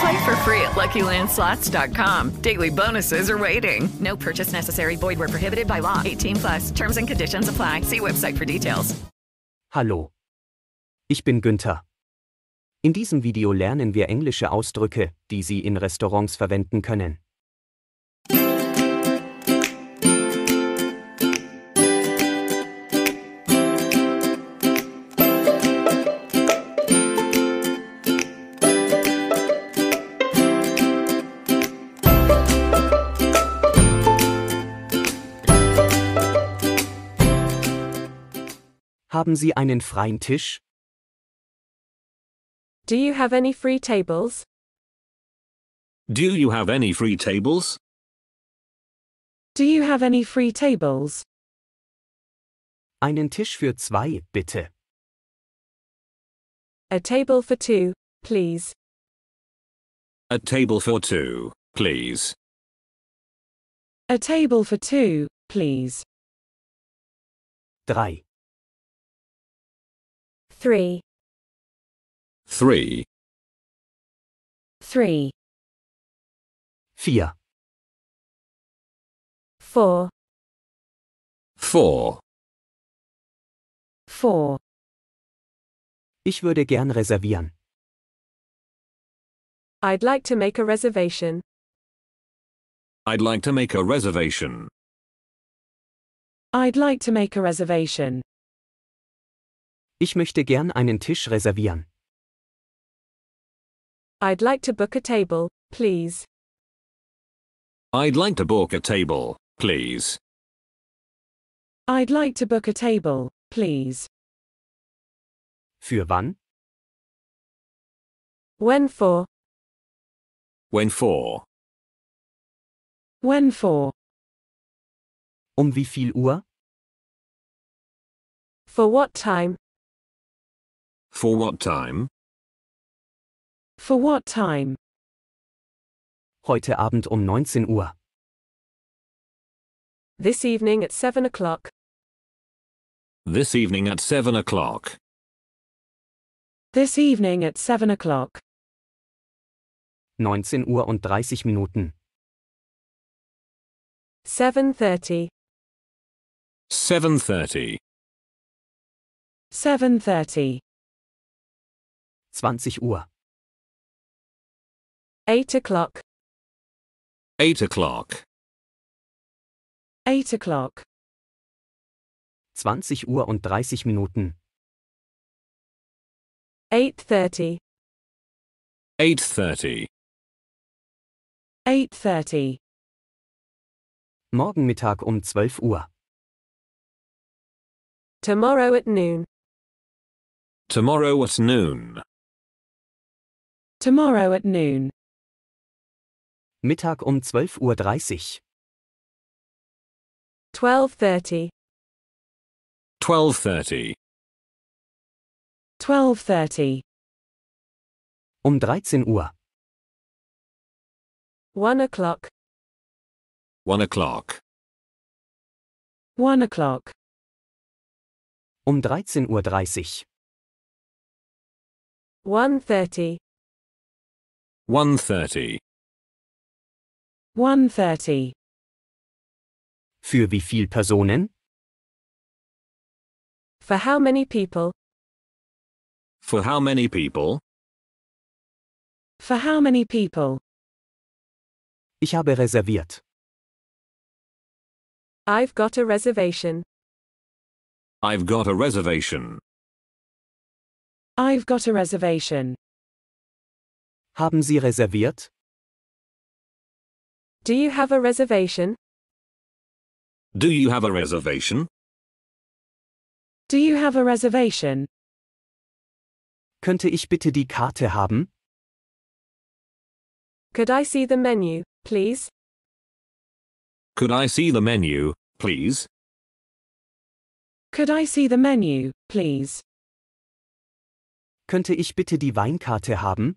Play for free at LuckyLandSlots.com. Daily bonuses are waiting. No purchase necessary. Void where prohibited by law. 18 plus. Terms and conditions apply. See website for details. Hallo. Ich bin Günther. In diesem Video lernen wir englische Ausdrücke, die Sie in Restaurants verwenden können. Haben Sie einen freien Tisch? Do you have any free tables? Do you have any free tables? Do you have any free tables? Einen Tisch für zwei, bitte. A table for two, please. A table for two, please. A table for two, please. Drei. Three. Three, Three. Vier. Four. four. Four. Ich würde gern reservieren. I'd like to make a reservation. I'd like to make a reservation. I'd like to make a reservation. Ich möchte gern einen Tisch reservieren. I'd like to book a table, please. I'd like to book a table, please. I'd like to book a table, please. Für wann? When for? When for? When for? Um wie viel Uhr? For what time? For what time? For what time? Heute Abend um 19 Uhr. This evening at 7 o'clock. This evening at 7 o'clock. This evening at 7 o'clock. 19 Uhr und 30 Minuten. 7.30. 7.30. 7.30. 20 Uhr. 8 o'clock. 8 o'clock. 8 o'clock. 20 Uhr und 30 Minuten. 8.30. 8.30. 8.30. Morgen Mittag um 12 Uhr. Tomorrow at noon. Tomorrow at noon. Tomorrow at noon. Mittag um 12.30 Uhr. 12.30. 12.30. 12.30. Um 13 Uhr. 1 o'clock. 1 o'clock. 1 o'clock. Um 13.30 Uhr. 1.30. 1.30. 1.30. Für wie viel Personen? For how many people? For how many people? For how many people? Ich habe reserviert. I've got a reservation. I've got a reservation. I've got a reservation. Haben Sie reserviert? Do you have a reservation? Do you have a reservation? Do you have a reservation? Könnte ich bitte die Karte haben? Could I see the menu, please? Could I see the menu, please? Could I see the menu, please? Könnte ich bitte die Weinkarte haben?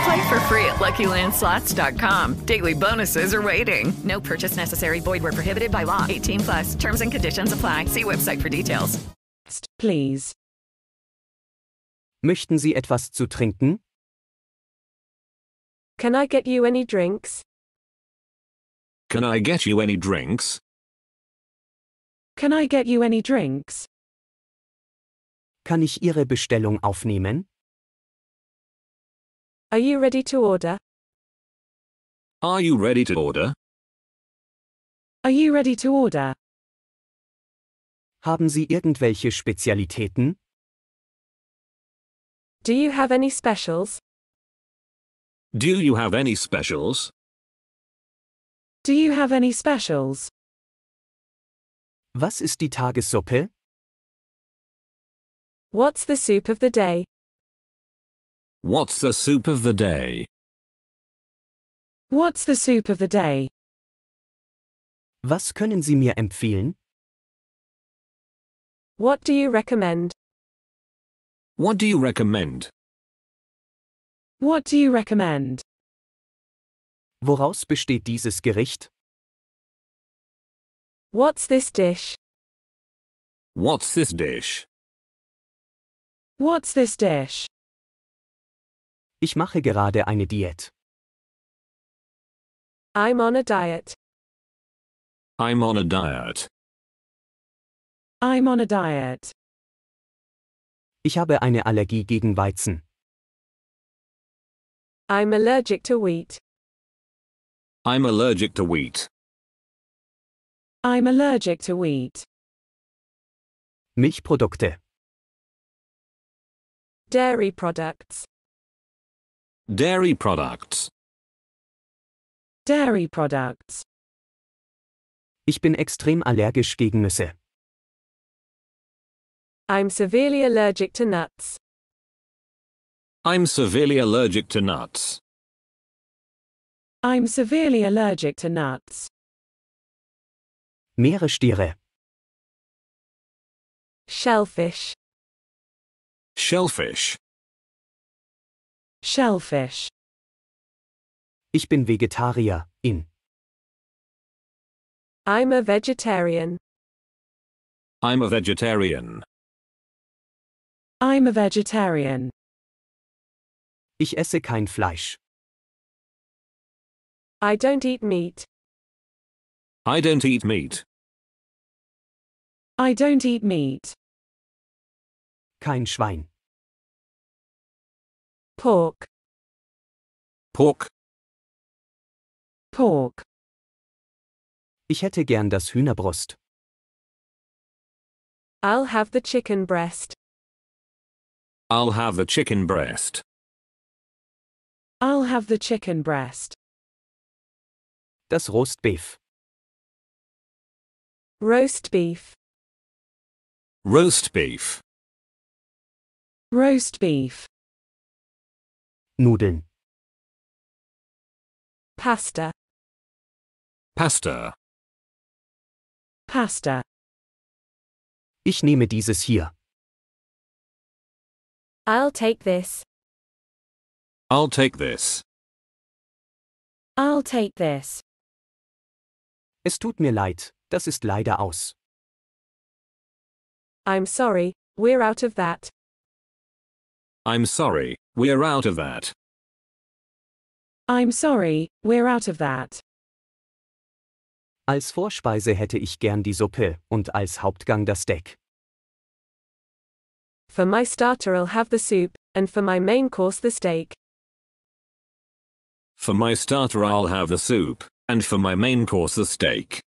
Play for free at LuckyLandSlots.com. Daily bonuses are waiting. No purchase necessary. Void were prohibited by law. 18 plus. Terms and conditions apply. See website for details. St- Please. Möchten Sie etwas zu trinken? Can I get you any drinks? Can I get you any drinks? Can I get you any drinks? Kann ich Ihre Bestellung aufnehmen? Are you ready to order? Are you ready to order? Are you ready to order? Haben Sie irgendwelche Spezialitäten? Do you have any specials? Do you have any specials? Do you have any specials? Was ist die Tagessuppe? What's the soup of the day? What's the soup of the day? What's the soup of the day? Was können Sie mir empfehlen? What do you recommend? What do you recommend? What do you recommend? Woraus besteht dieses Gericht? What's this dish? What's this dish? What's this dish? Ich mache gerade eine Diät. I'm on a diet. I'm on a diet. I'm on a diet. Ich habe eine Allergie gegen Weizen. I'm allergic to wheat. I'm allergic to wheat. I'm allergic to wheat. Milchprodukte. Dairy products. Dairy products. Dairy products. Ich bin extrem allergisch gegen Nüsse. I'm severely allergic to nuts. I'm severely allergic to nuts. I'm severely allergic to nuts. Meeresstiere. Shellfish. Shellfish. Shellfish. Ich bin Vegetarier. In. I'm a vegetarian. I'm a vegetarian. I'm a vegetarian. Ich esse kein Fleisch. I don't eat meat. I don't eat meat. I don't eat meat. Kein Schwein. Pork. Pork. Pork. Ich hätte gern das Hühnerbrust. I'll have the chicken breast. I'll have the chicken breast. I'll have the chicken breast. Das Roastbeef. Roast beef. Roast beef. Roast beef. Nudeln. Pasta. Pasta. Pasta. Ich nehme dieses hier. I'll take this. I'll take this. I'll take this. Es tut mir leid, das ist leider aus. I'm sorry, we're out of that. I'm sorry, we're out of that. I'm sorry, we're out of that. Als Vorspeise hätte ich gern die Suppe und als Hauptgang das Steak. For my starter, I'll have the soup, and for my main course, the steak. For my starter, I'll have the soup, and for my main course, the steak.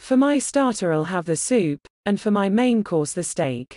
For my starter, I'll have the soup, and for my main course, the steak.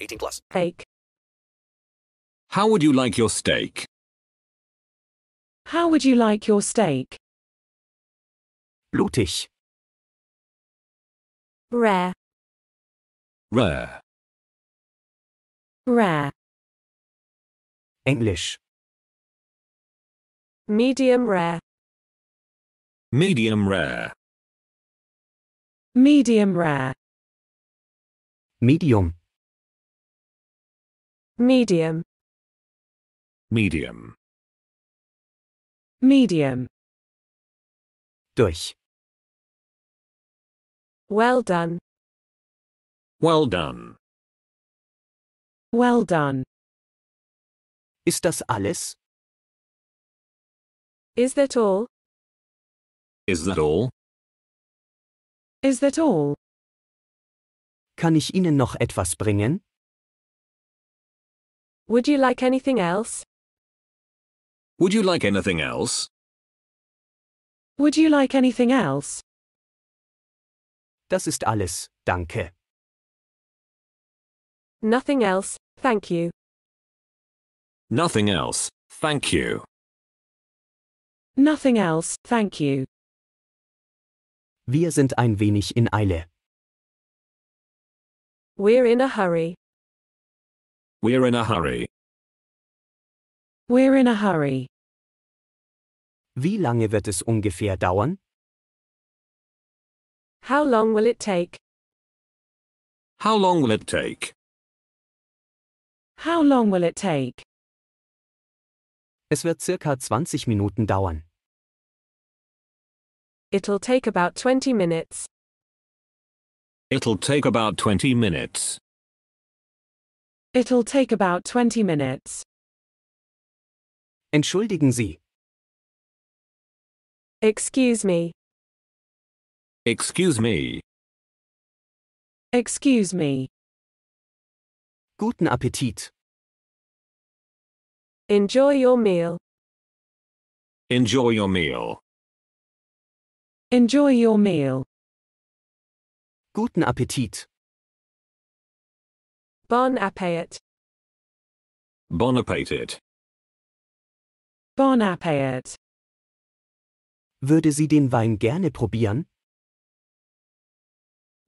18 plus. How would you like your steak? How would you like your steak? Blutig. Rare. Rare. Rare. Englisch. Medium rare. Medium rare. Medium rare. Medium. Medium. Medium. Medium. Durch. Well done. Well done. Well done. Ist das alles? Is that all? Is that all? Is that all? Kann ich Ihnen noch etwas bringen? Would you like anything else? Would you like anything else? Would you like anything else? Das ist alles, danke. Nothing else, thank you. Nothing else. Thank you. Nothing else, thank you. Wir sind ein wenig in Eile. We're in a hurry. We're in a hurry. We're in a hurry. Wie lange wird es ungefähr dauern? How long will it take? How long will it take? How long will it take? Es wird circa 20 Minuten dauern. It'll take about 20 minutes. It'll take about 20 minutes. It'll take about 20 minutes. Entschuldigen Sie, Excuse me. Excuse me. Excuse me. guten Appetit. Enjoy your meal. Enjoy your meal. Enjoy your meal. Guten Appetit. Bon appétit. Bon appetit. Bon appétit. Würde sie den Wein gerne probieren?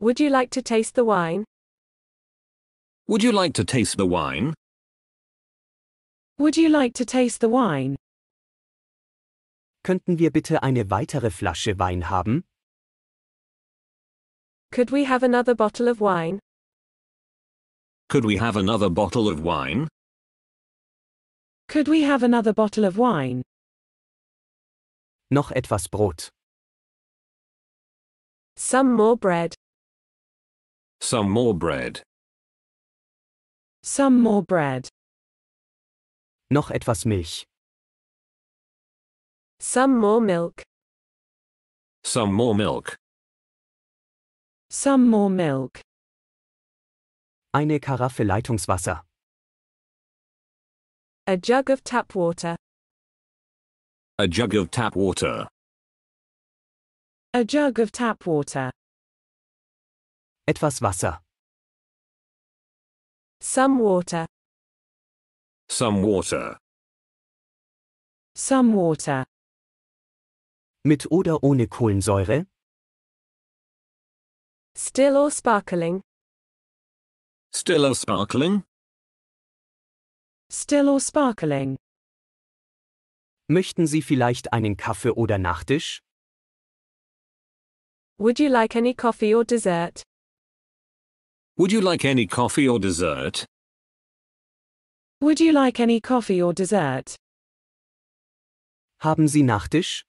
Would you like to taste the wine? Would you like to taste the wine? Would you like to taste the wine? Könnten wir bitte eine weitere Flasche Wein haben? Could we have another bottle of wine? Could we have another bottle of wine? Could we have another bottle of wine? Noch etwas Brot. Some more bread. Some more bread. Some more bread. Noch etwas Milch. Some more milk. Some more milk. Some more milk. Eine Karaffe Leitungswasser. A jug of tap water. A jug of tap water. A jug of tap water. Etwas Wasser. Some water. Some water. Some water. Mit oder ohne Kohlensäure? Still or sparkling. Still a sparkling? Still or sparkling. Möchten Sie vielleicht einen Kaffee oder Nachtisch? Would you like any coffee or dessert? Would you like any coffee or dessert? Would you like any coffee or dessert? Haben Sie Nachtisch?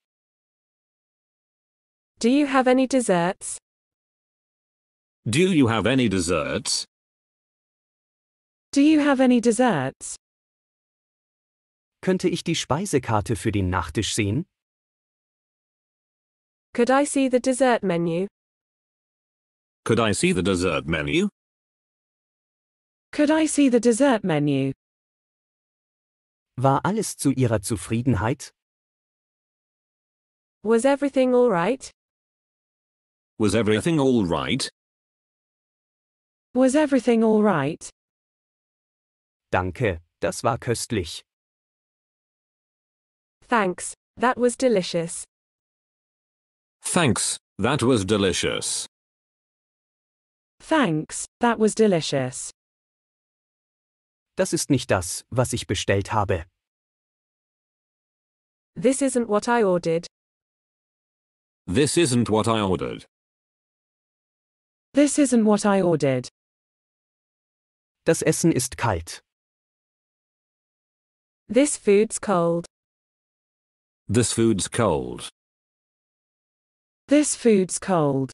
Do you have any desserts? Do you have any desserts? Do you have any desserts? Könnte ich die Speisekarte für den Nachtisch sehen? Could I see the dessert menu? Could I see the dessert menu? Could I see the dessert menu? War alles zu Ihrer Zufriedenheit? Was everything all right? Was everything all right? Was everything all right? Danke, das war köstlich. Thanks. That was delicious. Thanks, that was delicious. Thanks. That was delicious. Das ist nicht das, was ich bestellt habe. This isn't what I ordered. This isn't what I ordered. This isn't what I ordered. Das Essen ist kalt. This food's cold. This food's cold. This food's cold.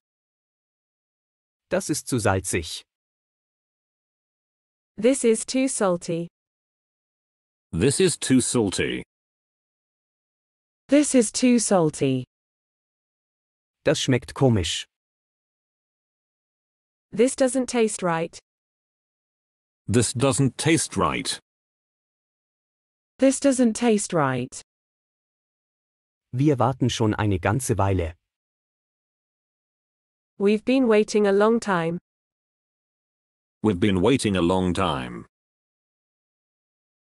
Das ist zu salzig. This is too salty. This is too salty. This is too salty. Das schmeckt komisch. This doesn't taste right. This doesn't taste right. This doesn't taste right. Wir warten schon eine ganze Weile. We've been waiting a long time. We've been waiting a long time.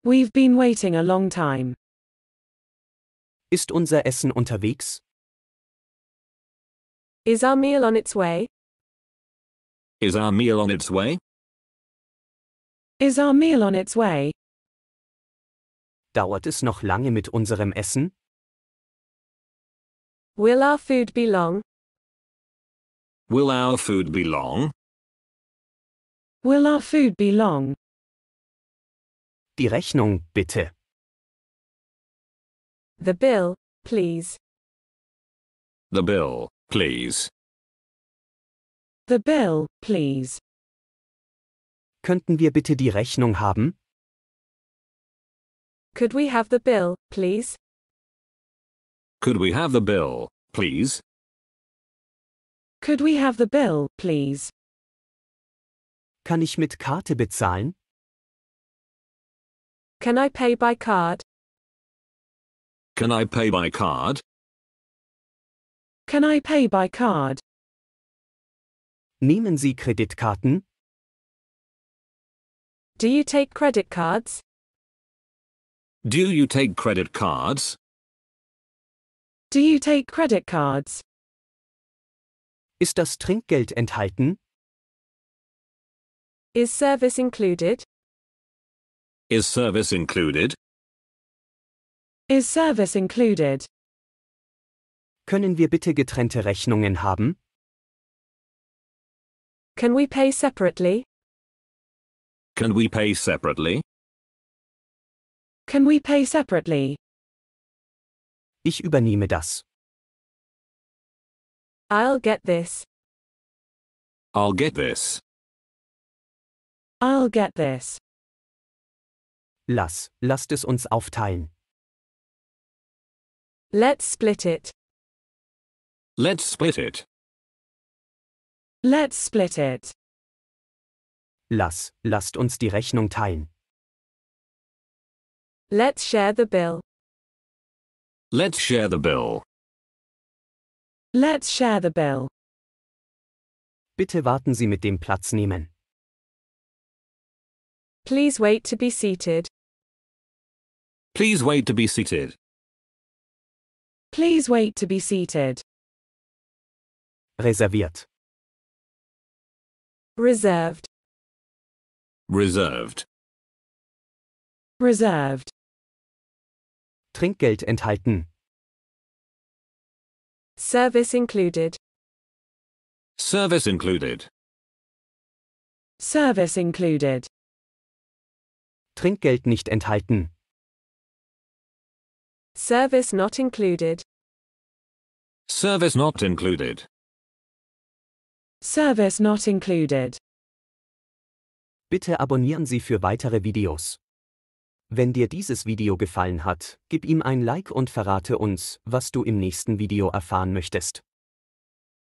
We've been waiting a long time. Ist unser Essen unterwegs? Is our meal on its way? Is our meal on its way? Is our meal on its way? Dauert es noch lange mit unserem Essen? Will our food be long? Will our food be long? Will our food be long? Die Rechnung, bitte. The bill, please. The bill, please. The bill, please. Könnten wir bitte die Rechnung haben? Could we have the bill, please? Could we have the bill, please? Could we have the bill, please? Kann ich mit Karte bezahlen? Can I pay by card? Can I pay by card? Can I pay by card? Nehmen Sie Kreditkarten? Do you take credit cards? Do you take credit cards? Do you take credit cards? Ist das Trinkgeld enthalten? Is service included? Is service included? Is service included? Können wir bitte getrennte Rechnungen haben? Can we pay separately? Can we pay separately? Can we pay separately? Ich übernehme das. I'll get this. I'll get this. I'll get this. Lass, lasst es uns aufteilen. Let's split it. Let's split it. Let's split it. Lass, lasst uns die Rechnung teilen. Let's share the bill. Let's share the bill. Let's share the bill. Bitte warten Sie mit dem Platz nehmen. Please wait to be seated. Please wait to be seated. Please wait to be seated. Reserviert. Reserved. Reserved. Reserved. Trinkgeld enthalten. Service included. Service included. Service included. Trinkgeld nicht enthalten. Service not included. Service not included. Service not included. Bitte abonnieren Sie für weitere Videos. Wenn dir dieses Video gefallen hat, gib ihm ein Like und verrate uns, was du im nächsten Video erfahren möchtest.